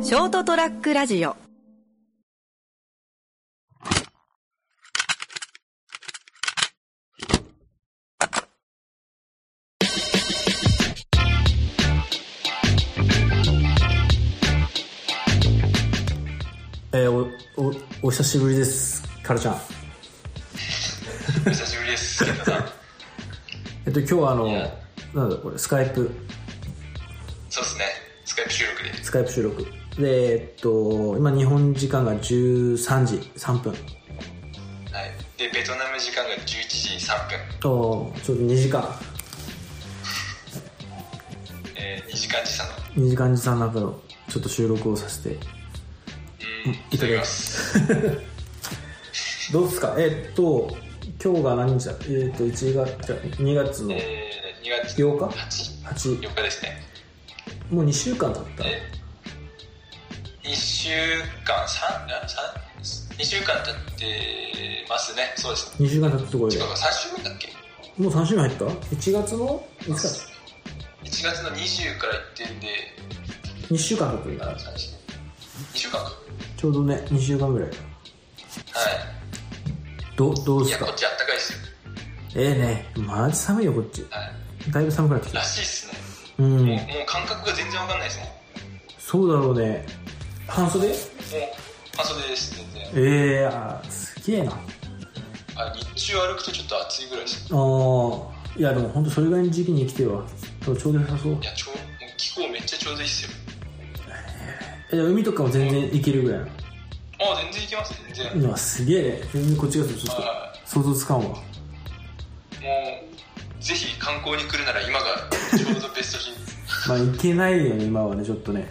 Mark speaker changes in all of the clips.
Speaker 1: ショートトラックラジオ
Speaker 2: えーお、お、お久しぶりです、カルちゃん。
Speaker 3: お久しぶりです。健太さん。
Speaker 2: えっと、今日はあの
Speaker 3: や、
Speaker 2: なんだこれ、スカイプ、
Speaker 3: そうですね。スカイプ収録で。
Speaker 2: スカイプ収録。で、えっと、今日本時間が13時3分。
Speaker 3: はい。で、ベトナム時間が11時3分。
Speaker 2: と、ちょうど2時間、
Speaker 3: えー、2時間時差の。
Speaker 2: 2時間時差の中の、ちょっと収録をさせて。
Speaker 3: うん。いただきます。
Speaker 2: どうですかえっと、今日が何日だえっと、1月、2月の
Speaker 3: えー、2月
Speaker 2: 8日
Speaker 3: 8
Speaker 2: 8、
Speaker 3: 4日ですね。
Speaker 2: もう2週間経った。
Speaker 3: えー、1週間、三な三2週間経ってますね。そうですね。
Speaker 2: 2週間経ったところで
Speaker 3: 違う。か、3週分だっけ
Speaker 2: もう3週間入った ?1 月の、いつか
Speaker 3: ?1 月の20から行ってんで、
Speaker 2: 2週間経ってる
Speaker 3: あ三週2週間か。
Speaker 2: ちょうどね、2週間ぐらい。
Speaker 3: は
Speaker 2: ど、どう
Speaker 3: い。
Speaker 2: で
Speaker 3: い
Speaker 2: す
Speaker 3: や、こ
Speaker 2: か
Speaker 3: っちあったかいですよ。
Speaker 2: ええね、マジ寒いよ、こっち。
Speaker 3: はい。
Speaker 2: だいぶ寒くなってき
Speaker 3: ら
Speaker 2: た。
Speaker 3: しいっすね。
Speaker 2: う、
Speaker 3: もうんもう感覚が全然わかんないですもん。
Speaker 2: そうだろうね。半袖
Speaker 3: もう半袖です全然
Speaker 2: ええあー、すげえな。あ
Speaker 3: あ日中歩くとちょっと暑いぐらいです
Speaker 2: ー、いや、でも本当それぐらいの時期に生きてるわ。多分ちょうど良さそう
Speaker 3: い。やちょうもう気候めっちゃちょうどいいっすよ
Speaker 2: え、海とかも全然行けるぐらいな
Speaker 3: あ全然いけます全然、
Speaker 2: の。いや、すげえね。全然こっちがちょっと
Speaker 3: は
Speaker 2: 想像つかんわ。
Speaker 3: いもうぜひ観光に来るなら今が ちょうどベストシーズンです
Speaker 2: まあ、行けないよね、今はね、ちょっとね。もう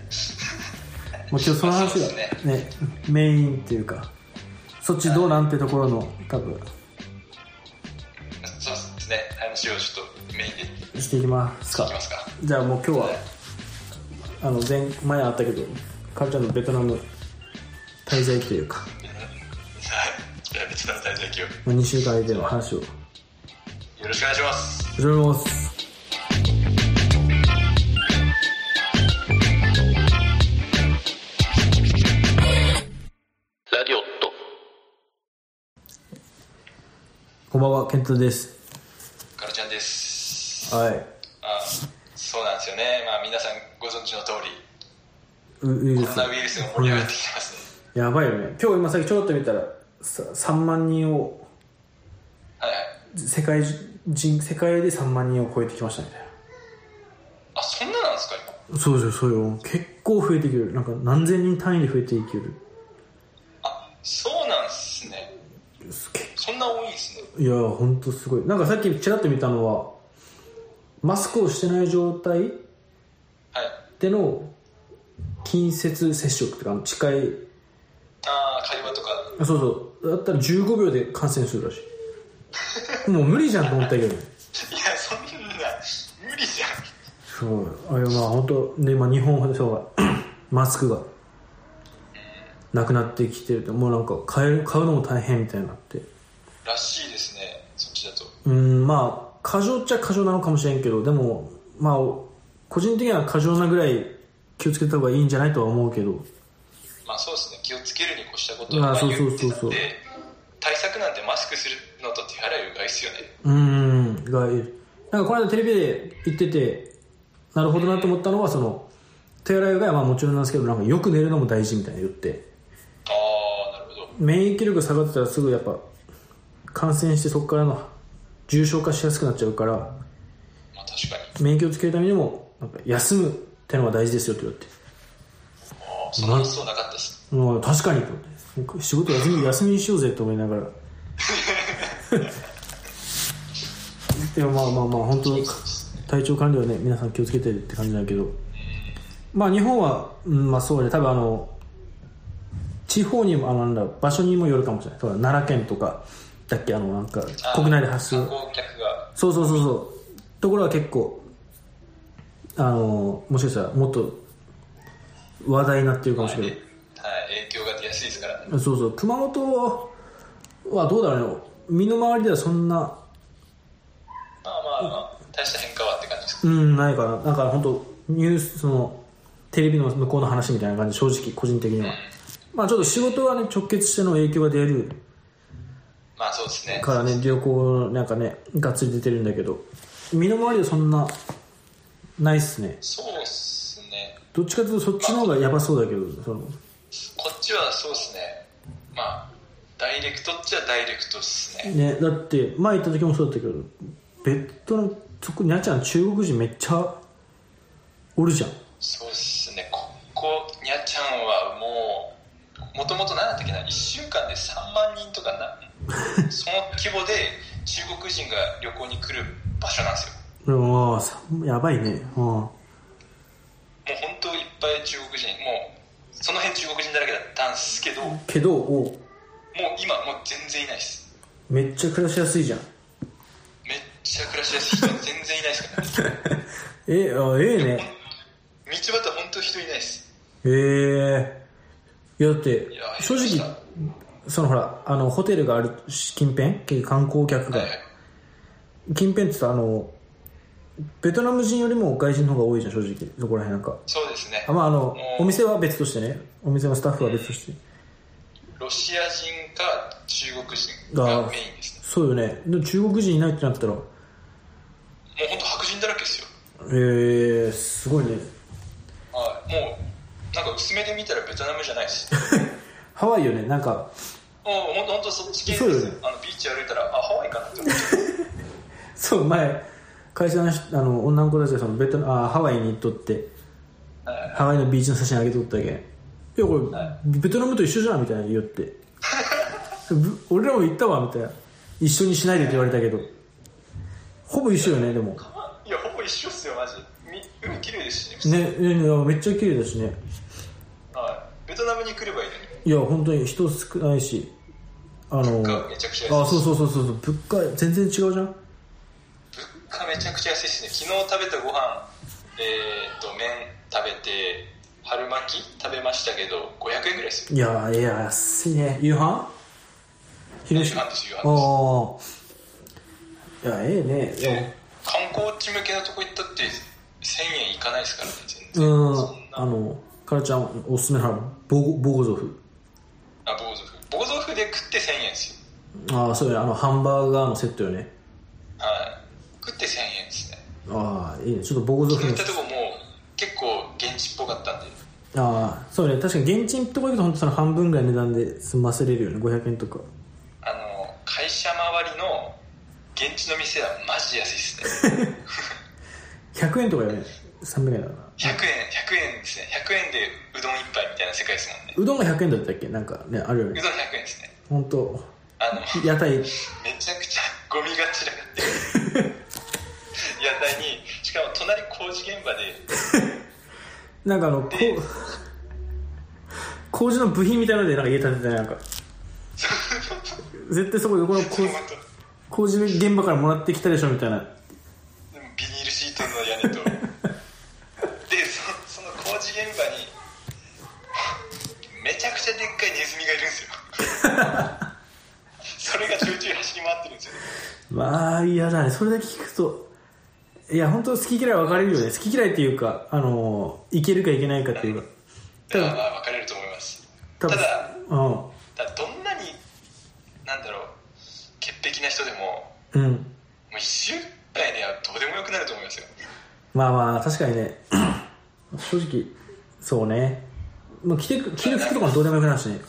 Speaker 2: 今日その話が
Speaker 3: そうで
Speaker 2: ね、メインっていうか、そっちどうなんてところの、多分、
Speaker 3: そうですね話をちょっとメインでい
Speaker 2: していきますか
Speaker 3: き。ますか
Speaker 2: じゃあもう今日はあの前前あったけどカルちゃんのベトナム滞在期というか、
Speaker 3: はいじゃあベトナム滞在記をよ
Speaker 2: まあ、2週間での話を
Speaker 3: ろしくお願いします
Speaker 2: 始めます
Speaker 3: ラディオット
Speaker 2: こんばんは健太です
Speaker 3: カルちゃんです
Speaker 2: はい
Speaker 3: あそうなんですよねまあ皆さんご存知の通り
Speaker 2: ウイル
Speaker 3: コロ
Speaker 2: ス
Speaker 3: ナウイルスが盛り上がってきてますね
Speaker 2: やばいよね今日今さっきちょろっと見たらさ3万人を
Speaker 3: はいはい
Speaker 2: 世界人世界で3万人を超えてきましたみたい
Speaker 3: あそんななんですか今
Speaker 2: なそうですよそうよ結構増えてくるなんか何千人単位で増えていける
Speaker 3: あそうなんすね
Speaker 2: すげえ
Speaker 3: そんな多いんすね
Speaker 2: いやーほんとすごいなんかさっきちらっと見たのはマスクをしてない状態
Speaker 3: はい
Speaker 2: での近接接触とかあの近い
Speaker 3: ああ会話とか
Speaker 2: あそうそうだったら15秒で感染するらし いもう無理じゃんと思ったけど
Speaker 3: いやそんな無理じゃん
Speaker 2: そうあれまあ本当ね今日本はそう だマスクがなくなってきてるともうなんか買える買うのも大変みたいになって
Speaker 3: らしいですねそっちだと
Speaker 2: うんまあ過剰っちゃ過剰なのかもしれんけどでもまあ個人的には過剰なぐらい気をつけた方がいいんじゃないとは思うけど
Speaker 3: まあそうですね気をつけるに越したこと
Speaker 2: あー
Speaker 3: はまあ
Speaker 2: そう
Speaker 3: 言
Speaker 2: そう
Speaker 3: って
Speaker 2: そう
Speaker 3: た
Speaker 2: そ
Speaker 3: ん
Speaker 2: う
Speaker 3: で対策なんてマスクするのと手洗いうがいっすよね
Speaker 2: うんがいるなんかこの間テレビで言っててなるほどなと思ったのはその手洗いうがいはまあもちろんなんですけどなんかよく寝るのも大事みたいな言って
Speaker 3: ああなるほど
Speaker 2: 免疫力下がってたらすぐやっぱ感染してそこからの重症化しやすくなっちゃうから
Speaker 3: まあ確かに
Speaker 2: 免疫をつけるためにもなんか休むってのが大事ですよって言われて
Speaker 3: あーそんな発想なかったです
Speaker 2: うん確かにと思って仕事休み休みにしようぜと思いながら でもまあまあまあ本当体調管理はね皆さん気をつけてって感じだけどまあ日本は、うん、まあそうね多分あの地方にもあのなんだろう場所にもよるかもしれないそうだ奈良県とかだっけあのなんか
Speaker 3: あー
Speaker 2: 国内で発する
Speaker 3: 観光客が
Speaker 2: そうそうそうそうところは結構あのもしかしたらもっと話題になってるかもしれない
Speaker 3: はい影響が出やすいですからね
Speaker 2: そうそう熊本はどうだろうね身の回りではそんな
Speaker 3: まあまあまあ大した変化はって感じです
Speaker 2: うんないかなだから本当ニュースそのテレビの向こうの話みたいな感じ、正直、個人的には。まあちょっと仕事がね、直結しての影響が出る
Speaker 3: まあそうですね。
Speaker 2: からね、旅行なんかね、がっつり出てるんだけど、身の回りでそんな、ないっすね。
Speaker 3: そうっすね。
Speaker 2: どっちかというとそっちの方がやばそうだけど、その、
Speaker 3: こっちはそうっすね。まあ、ダイレクトっちゃダイレクトっすね。
Speaker 2: ね、だって前行った時もそうだったけどベッドのそこにゃちゃん中国人めっちゃおるじゃん
Speaker 3: そうっすね。ここ、にゃちゃんはもう、もともと何だったっけな、1週間で3万人とかな、その規模で中国人が旅行に来る場所なんです
Speaker 2: で
Speaker 3: よ。
Speaker 2: もあーさやばいねうん
Speaker 3: もう本当いっぱい中国人、もう、その辺中国人だらけだったんですけど、もう
Speaker 2: けどお
Speaker 3: 今もう全然いないです。
Speaker 2: めっちゃ暮らしやすいじゃん
Speaker 3: めっちゃ暮らしやすい人全然いないですからね
Speaker 2: えあええね
Speaker 3: 道端本当人いないです
Speaker 2: ええいやだって
Speaker 3: いやいい
Speaker 2: 正
Speaker 3: です
Speaker 2: 直
Speaker 3: は
Speaker 2: そのほらあのホテルがある近辺結構観光客
Speaker 3: い
Speaker 2: が
Speaker 3: はい
Speaker 2: 近辺って言ったらあのベトナム人よりも外人の方が多いじゃん正直そこら辺なんか
Speaker 3: そうですね
Speaker 2: あまああの
Speaker 3: もう
Speaker 2: お店は別としてねお店のスタッフは別として、
Speaker 3: ロシア人か中国人がメインですね
Speaker 2: そうよねで中国人いないってなったら
Speaker 3: もう本当白人だらけですよ
Speaker 2: えー、すごいね
Speaker 3: はいもうなんか薄めで見たらベトナムじゃないです
Speaker 2: ハワイよねなんか
Speaker 3: もう本当本当そっち系で
Speaker 2: そうよ
Speaker 3: す、
Speaker 2: ね
Speaker 3: あのビーチ歩いたらあハワイかなって思っちゃ
Speaker 2: そう前会社の人あの女の子たちがそのベトナあハワイに行っとって
Speaker 3: うはい
Speaker 2: ハワイのビーチの写真あげとったけんいやこれ、
Speaker 3: は
Speaker 2: ベトナムと一緒じゃんみたいな言おって ぶ俺らも行ったわみたいな一緒にしないでって言われたけどほぼ一緒よねでも
Speaker 3: ま あいやほぼ一緒っすよマジみ海綺麗ですしね、
Speaker 2: ねねねめっちゃ綺麗だしね
Speaker 3: はい、ベトナムに来ればいいのに
Speaker 2: いや本当に人少ないしあの
Speaker 3: 物価めちゃくちゃ安い
Speaker 2: あそうそうそうそうそう物価全然違うじゃん
Speaker 3: 物価めちゃくちゃ安いですね昨日食べたご飯えー、っと麺食べて春巻き食べましたけど500円ぐらいですよ
Speaker 2: いやーいや安いね夕飯昼
Speaker 3: 夕飯です夕飯です
Speaker 2: ああいやええねいや
Speaker 3: 観光地向けのとこ行ったって1000円いかないですからね全
Speaker 2: う
Speaker 3: 然
Speaker 2: ん
Speaker 3: そんな
Speaker 2: あのカラちゃんおすすめなのボゴボゴゾフ
Speaker 3: あ坊主風坊主風で食って1000円ですよ
Speaker 2: ああそうねあのハンバーガーのセットよね
Speaker 3: はい食って1000円ですね
Speaker 2: ああいいねちょっとボゴゾフ
Speaker 3: 昨
Speaker 2: の
Speaker 3: 日行ったとこも結構現地っぽかったんで
Speaker 2: ああそうね確かに現地のとこ行くと本当その半分ぐらいの値段で済ませれるよね500円とか
Speaker 3: あの会社周りの現地の店はマジ安いですね
Speaker 2: 100円とかよね300円だな
Speaker 3: 100円100円ですね100円でうどん一杯みたいな世界ですもんね
Speaker 2: うどんが100円だったっけなんかねあるよ
Speaker 3: う
Speaker 2: ね
Speaker 3: どん100円ですね
Speaker 2: 本当
Speaker 3: あの
Speaker 2: 屋台
Speaker 3: めちゃくちゃゴミが散らかってる 屋台にしかも隣工事現場で
Speaker 2: なんかあのこう工事の部品みたいなのでなんか家建ててなんか絶対そこ横の工
Speaker 3: 本
Speaker 2: 事工事現場からもらってきたでしょみたいな
Speaker 3: 当ビニールシートの屋根と でそその工事現場にめちゃくちゃでっかいネズミがいるん ですよそれがちょいちょい走り回ってるんですよ
Speaker 2: まあ嫌だねそれだけ聞くといや本当好き嫌い分かれるよね好き嫌いっていうかあのいけるかいけないかっていうか
Speaker 3: だからまあ分かれると思います
Speaker 2: 多分
Speaker 3: ただ
Speaker 2: 多
Speaker 3: だからどんなになんだろう潔癖な人でも
Speaker 2: 分うんうん
Speaker 3: もう1週間にはどうでもよくなると思いますよ
Speaker 2: まあまあ確かにね 正直そうねもう着てく着る服とかもどうでもよくなるしね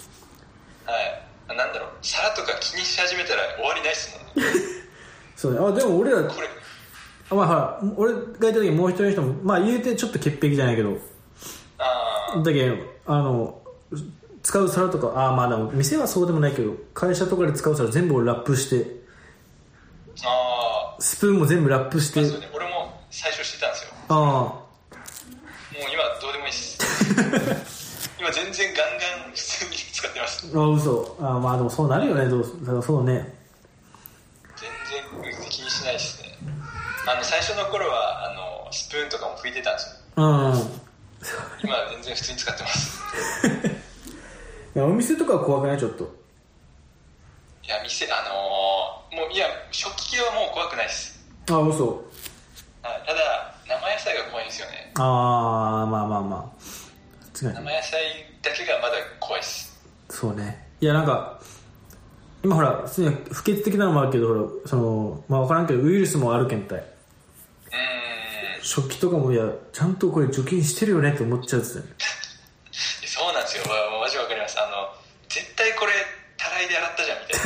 Speaker 3: はいあなんだろう皿とか気にし始めたら終わりないっすもんね
Speaker 2: そうねあでも俺ら
Speaker 3: これ
Speaker 2: あまあほら俺がいた時もう一人の人もまあ言うてちょっと潔癖じゃないけど
Speaker 3: ああ
Speaker 2: だけどあの使う皿とかああまあでも店はそうでもないけど会社とかで使う皿全部俺ラップして
Speaker 3: あ
Speaker 2: スプーンも全部ラップし
Speaker 3: ー
Speaker 2: て
Speaker 3: あそうね俺も最初してたんですよ
Speaker 2: あ
Speaker 3: もう今どうでもいいっす今全然ガンガン普通に使ってます
Speaker 2: ああ嘘ああまあでもそうなるよねどうだからそうね
Speaker 3: 全然気にしないですねあの最初の頃はあのスプーンとかも拭いてたんです
Speaker 2: う
Speaker 3: よ
Speaker 2: ん
Speaker 3: 今は全然普通に使ってます
Speaker 2: いやお店とかは怖くないちょっと
Speaker 3: いや店あのーもういや食器系はもう怖くないです
Speaker 2: ああ嘘
Speaker 3: はいただ生野菜が怖いんですよね
Speaker 2: ああまあまあまあ確か
Speaker 3: 生
Speaker 2: に
Speaker 3: 野菜だけがまだ怖いっす
Speaker 2: そうねいやなんか今ほら普通に不潔的なのもあるけどほらそのまあ分からんけどウイルスもあるけんたいう
Speaker 3: ーん
Speaker 2: 食器とかもいやちゃんとこれ除菌してるよねって思っちゃうっすよね
Speaker 3: そうなんですよわマジわかりますあの絶対これたらいで洗っ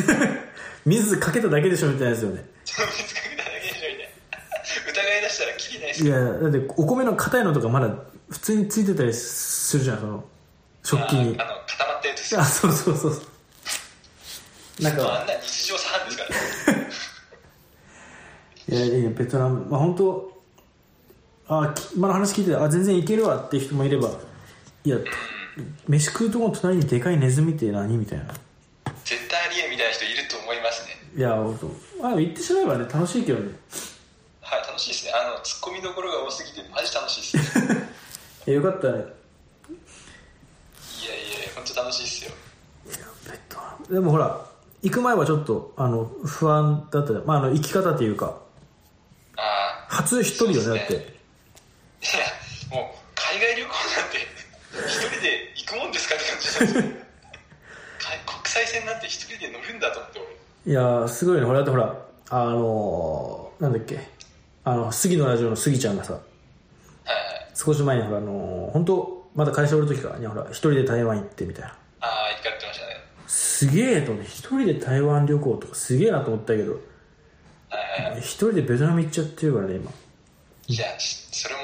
Speaker 3: たじゃんみたいな
Speaker 2: 水かけただけでしょみたいなやつよね
Speaker 3: そう水かけただけでしょみたいな疑い出したらきりないです
Speaker 2: い
Speaker 3: よ
Speaker 2: やだってお米の硬いのとかまだ普通についてたりするじゃんその食器に
Speaker 3: あの固まってるとして
Speaker 2: あそうそうそうそうなん
Speaker 3: あ
Speaker 2: か
Speaker 3: んな日常茶飯ですからね
Speaker 2: いやいやベトナムまあ本当あき今の話聞いてあ全然いけるわって人もいればいや飯食うとこの隣にでかいネズミって何みたいな
Speaker 3: 絶対ありえんみたいな人いると思いますね
Speaker 2: いや本当あ行ってしまえばね楽しいけどね
Speaker 3: はい楽しいですねあのツッコミどころが多すぎてマジ楽しいですね
Speaker 2: いやよかったね
Speaker 3: いやいや本当楽しいですよ
Speaker 2: ベトナムでもほら行く前はちょっとあの不安だったじゃんまああの生き方っていうか
Speaker 3: ああ
Speaker 2: 初一人よね
Speaker 3: そう
Speaker 2: だっ
Speaker 3: ですね
Speaker 2: て
Speaker 3: いやもう海外旅行なんて一人で行くもんですかって感じなんですよ海国際線なんて一人で乗るんだと思って俺
Speaker 2: いやーすごいねほらだってほらあのー、なんだっけあの杉のラジオの杉ちゃんがさ
Speaker 3: はいはい
Speaker 2: 少し前にほらあのー、本当まだ会社おる時からにほら一人で台湾行ってみたいな
Speaker 3: ああ行かれてましたね
Speaker 2: すげえと思って一人で台湾旅行とかすげえなと思ったけど
Speaker 3: はいはい
Speaker 2: 一人でベトナム行っちゃってるからね今
Speaker 3: いやしそれも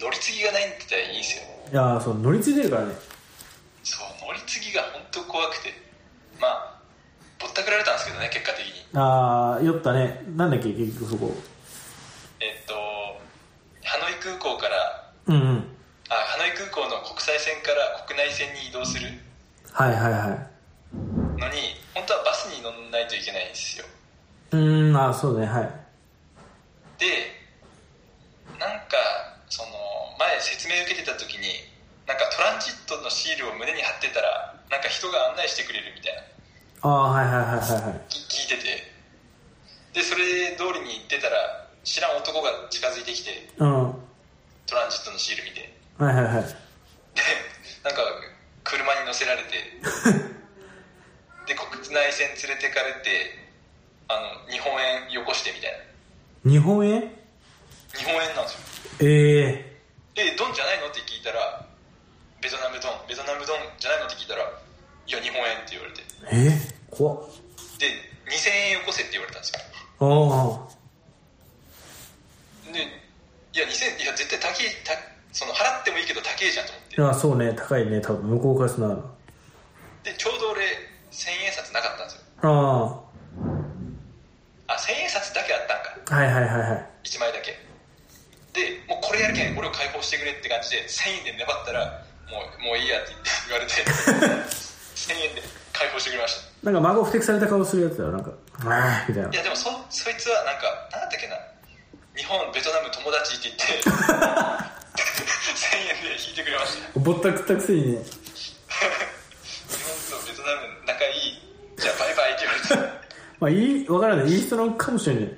Speaker 3: 乗り継ぎがないんだったらいいんですよ
Speaker 2: いやーそう乗り継いでるからね
Speaker 3: そう乗り継ぎが本当怖くてまあぼったくられたんですけどね結果的に
Speaker 2: ああ酔ったねなんだっけ結局そこ
Speaker 3: えっとハノイ空港から
Speaker 2: うんうん
Speaker 3: あハノイ空港の国際線から国内線に移動する
Speaker 2: はいはいはい
Speaker 3: のに本当はバスに乗んないといけないんですよ
Speaker 2: うーんああそうねはい
Speaker 3: でなんかその前説明受けてた時になんかトランジットのシールを胸に貼ってたらなんか人が案内してくれるみたいな
Speaker 2: ああはいはいはいはいはい
Speaker 3: き聞いててでそれ通りに行ってたら知らん男が近づいてきて
Speaker 2: うん
Speaker 3: トランジットのシール見て
Speaker 2: はいはいはい
Speaker 3: でなんか車に乗せられてで国内線連れてかれてあの日本円よこしてみたいな
Speaker 2: 日本円
Speaker 3: 日本円なんですよ
Speaker 2: ええ
Speaker 3: えドンじゃないのって聞いたらベトナムドンベトナムドンじゃないのって聞いたらいや日本円って言われて
Speaker 2: ー、えー、怖っ
Speaker 3: で2000円よこせって言われたんですよ
Speaker 2: あ
Speaker 3: でいや2000いや絶対高いたその払ってもいいけど高えじゃんと思って
Speaker 2: あいやそうね高いね多分向こうからすなら
Speaker 3: でちょうど俺千円札なかったんですよ
Speaker 2: ああは
Speaker 3: あ千円札だけあったんか
Speaker 2: いはいはいはい
Speaker 3: 1枚だけでもうこれやるけん俺を解放してくれって感じで1000円で粘ったらもうもういいやって言って言われて1000円で解放してくれました
Speaker 2: なんか孫ふてくされた顔するやつだよなんかああみたいない
Speaker 3: やでもそそいつはなんか何だったっけな日本ベトナム友達って言って1000円で引いてくれました
Speaker 2: ぼったくったくせにね
Speaker 3: 日本とベトナム仲いいじゃあバイバイって言われて
Speaker 2: まあいいわからないいい人なのかもしれない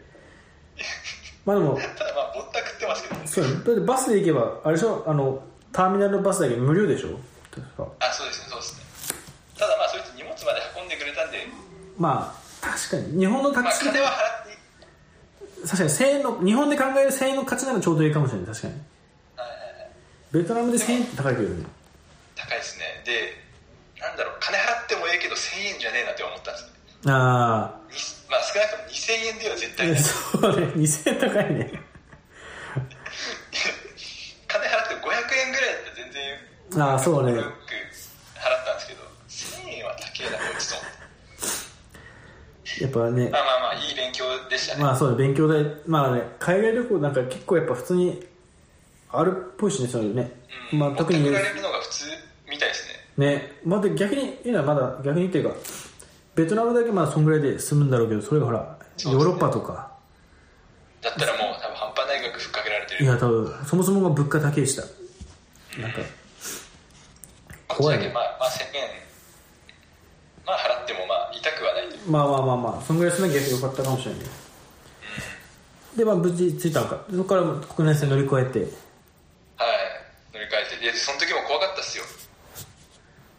Speaker 2: まあでも
Speaker 3: ただまあぼったくってますけどね
Speaker 2: そうだってバスで行けばあれでしょあのターミナルバスだけど無料でしょ確か
Speaker 3: あそうですねそうですねただまあそいつ荷物まで運んでくれたんで、
Speaker 2: まあ確かに日本のタ
Speaker 3: ま
Speaker 2: ク
Speaker 3: あ、
Speaker 2: シ
Speaker 3: 金
Speaker 2: ー
Speaker 3: は払って
Speaker 2: 確かに1000円の日本で考える1000円の価値ならちょうどいいかもしれない確かにベトナムで1000円って高いけどね
Speaker 3: 高いですねでなんだろう金払ってもええけど1000円じゃねえなって思ったんですね
Speaker 2: あ
Speaker 3: にまあ少なくとも2000円では絶
Speaker 2: あ
Speaker 3: 対ない
Speaker 2: そうね2000円高いね
Speaker 3: 金払って500円ぐらいだったら全然
Speaker 2: ああそうね
Speaker 3: よく払ったんですけど1000円は高えなこいつと思って
Speaker 2: やっぱね
Speaker 3: まあまあまあいい勉強でしたね、
Speaker 2: まあそうね勉強代まあね海外旅行なんか結構やっぱ普通にあるっぽいしねそういうね、
Speaker 3: うん、
Speaker 2: まあ特に
Speaker 3: 持ってくられるのが普通みたいですね
Speaker 2: ね、まあ、で逆に言うのはまだ逆にっていうかベトナムだけまあそんぐらいで済むんだろうけどそれがほら
Speaker 3: そうですね
Speaker 2: ヨーロッパとか、
Speaker 3: だったらもう多分半端ない額ふっかけられて
Speaker 2: い
Speaker 3: る
Speaker 2: や多分そもそもが物価高いしたなんか怖いね
Speaker 3: こっちだけまあ、まあ、1000円まあ払ってもまあ痛くはないという
Speaker 2: まあまあまあまあそんぐらいすなきゃよかったかもしれないでまあ無事着いたんかそこから国内線乗り越えて
Speaker 3: いやその時も怖かったっすよ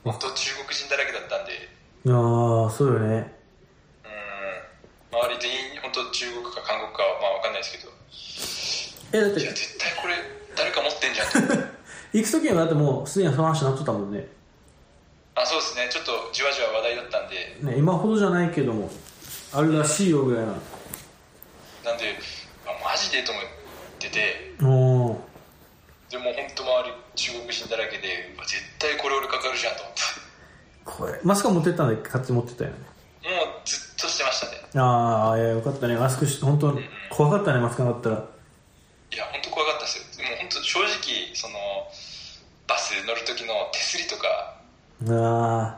Speaker 3: 本当中国人だらけだったんで
Speaker 2: ああ、そうよね。
Speaker 3: うん周り全員本当中国か韓国かはまあわかんないですけど
Speaker 2: え、だっ
Speaker 3: いや
Speaker 2: て、
Speaker 3: 絶対これ誰か持ってんじゃん と
Speaker 2: 行くときにはだってもう、すでにその話になっとったもんね。
Speaker 3: あそうですねちょっとじわじわ話題だったんで
Speaker 2: ね、今ほどじゃないけども、あるらしいよぐらいな。
Speaker 3: なんであマジでと思ってて
Speaker 2: おー
Speaker 3: でも本当周り中国人だらけでうわ絶対これ俺かかるじゃんと思っ
Speaker 2: これ。マスカ持ってったんだっけ買って持ってったよね。
Speaker 3: てもうずっとしてましたね
Speaker 2: ああ、いや、よかったね。マスクして、本当怖かったね、マスクなかったら。
Speaker 3: いや本当怖かったですよでも本当正直そのバス乗る時の手すりとか
Speaker 2: ああ、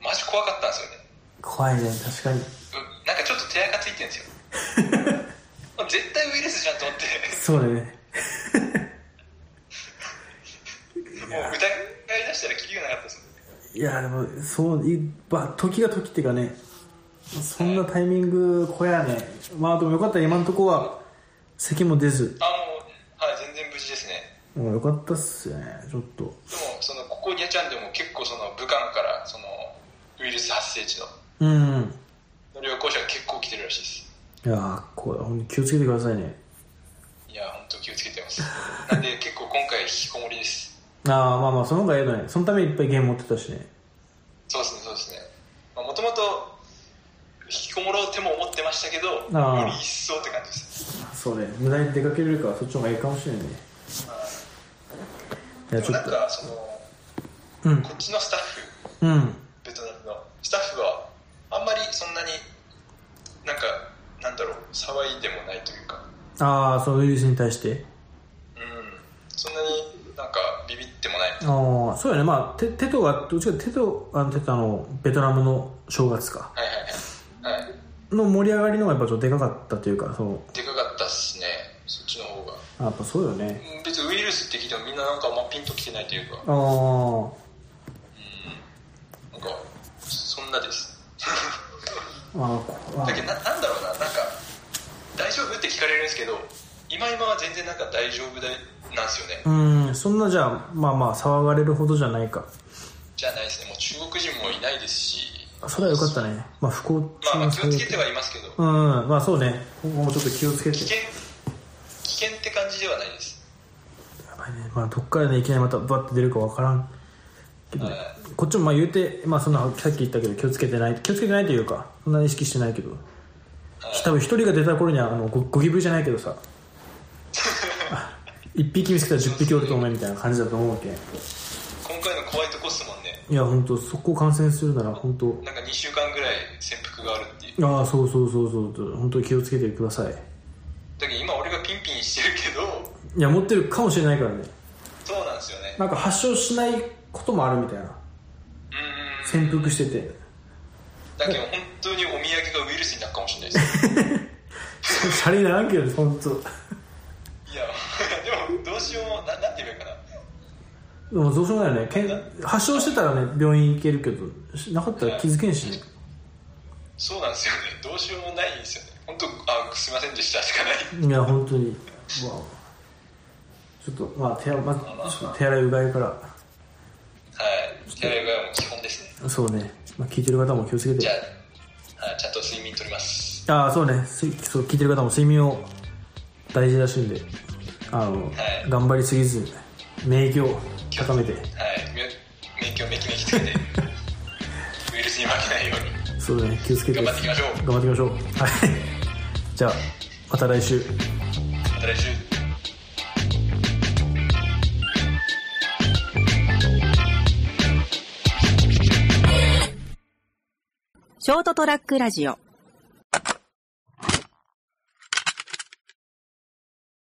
Speaker 3: マジ怖かったんですよね
Speaker 2: 怖いね、確かに。
Speaker 3: うんなんかちょっと手垢ついてるんですよ もう絶対ウイルスじゃんと思って
Speaker 2: そうだよね。
Speaker 3: もう疑い出したらキリがなかったですもんね
Speaker 2: いや、でも、そう、いば、時が時っていうかね、そんなタイミング、こやね。まあ、でもよかった、今のとこは、咳も出ず。
Speaker 3: あもうはい全然無事ですね
Speaker 2: もうよかったっすね、ちょっと。
Speaker 3: でもそのここにゃちゃんでも結構その武漢からそのウイルス発生地の
Speaker 2: うん。
Speaker 3: 旅行者が結構来てるらしいで
Speaker 2: い
Speaker 3: す
Speaker 2: やー、これ、ほんと気をつけてくださいね。
Speaker 3: いや本当気をつけて ますなんで結構今回引きこもりです
Speaker 2: ああ、まあまあ、その方がええのね。そのためにいっぱいゲーム持ってたしね。
Speaker 3: そうですねそうですねもともと引きこもろうっても思ってましたけど
Speaker 2: あー
Speaker 3: より一層って感じです
Speaker 2: そうね、無駄に出かけれるから、そっちの方がいいかもしれないね。い
Speaker 3: で
Speaker 2: や、
Speaker 3: も
Speaker 2: ちょ
Speaker 3: な
Speaker 2: っ
Speaker 3: んかその
Speaker 2: と。うん
Speaker 3: こ。っちのスタッフ
Speaker 2: うん。
Speaker 3: ベトナムのスタッフはあんまりそんなになんかなんだろう騒いでもないというか
Speaker 2: ああ、そのウイルスに対して。
Speaker 3: うんそんなになんかビビってもない
Speaker 2: ああ、そうやね。まあ、テテトが、どっちかテト、あの、テトあの、ベトナムの正月か。
Speaker 3: はいはいはいはい
Speaker 2: の盛り上がりの方がやっぱちょっとでかかったというか、そう。
Speaker 3: でかかったっすねそっちの方が
Speaker 2: あやっぱそうよね。
Speaker 3: うん別にウイルスって聞いてもみんななんかあんまピンときてないというか
Speaker 2: ああ、
Speaker 3: なんかそんな です
Speaker 2: ああ、
Speaker 3: だけどななんだろうななんか大丈夫って聞かれるんですけど今今は全然なんか大丈夫だなんですよね
Speaker 2: うん、そんなじゃあ、まあまあ、騒がれるほどじゃないか。
Speaker 3: じゃないですねもう中国人もいないですし
Speaker 2: それはよかったね。まあ、不幸
Speaker 3: まあまあ気
Speaker 2: 中
Speaker 3: を
Speaker 2: の
Speaker 3: つけてはいますけど
Speaker 2: うん、まあそうね。今後もちょっと気をつけて。
Speaker 3: 危険危険って感じではないです
Speaker 2: やばいね。まあ、どっからね、いきなりまたバッて出るかわからん。けどね、こっちもまあ言うて、まあそんな、さっき言ったけど気をつけてない、気をつけてないというか、そんなに意識してないけど。多分一人が出た頃には、あの、ゴゴキブリじゃないけどさ、 一匹見つけたら十匹おると思えみたいな感じだと思うわけ。
Speaker 3: 今回の怖いとこっすもんね
Speaker 2: いや、本当そこ感染するなら本当
Speaker 3: なんか2週間ぐらい潜伏があるっていう
Speaker 2: ああ、そうそうそうそう、本当に気をつけてください。
Speaker 3: だけど今俺がピンピンしてるけど
Speaker 2: いや、持ってるかもしれないからね。
Speaker 3: そうなんですよね
Speaker 2: なんか発症しないこともあるみたいな。
Speaker 3: うんうんうん
Speaker 2: 潜伏してて。
Speaker 3: だけど本当にお土産がウイルスになるかもしれないです
Speaker 2: シャレにならんけどね、本当
Speaker 3: いや でもどうしようもななんて言えばいいかな
Speaker 2: でもどうしようもないよねけん発症してたらね病院行けるけどしなかったら気づけんしね
Speaker 3: そうなんですよねどうしようもないんですよね本当あすいませんでしたしかない
Speaker 2: いや本当にうわちょっとまあ手,、まあ、ちょっと手洗いうがいから
Speaker 3: はい手洗いがもう基本ですね
Speaker 2: そうね、まあ、聞いてる方も気をつけ
Speaker 3: じゃ
Speaker 2: て
Speaker 3: あ、はい、ちゃんと睡眠とります
Speaker 2: ああそうねすそう聞いてる方も睡眠を大事らしいんであの、
Speaker 3: い
Speaker 2: 頑張りすぎず免疫を高めて
Speaker 3: はいめ免疫をめきめきつけてウイルスに負けないように
Speaker 2: そうね気をつけて
Speaker 3: 頑張っていきましょう
Speaker 2: 頑張っていきましょうはいじゃあまた来週
Speaker 3: また来週
Speaker 1: ショートトラックラジオ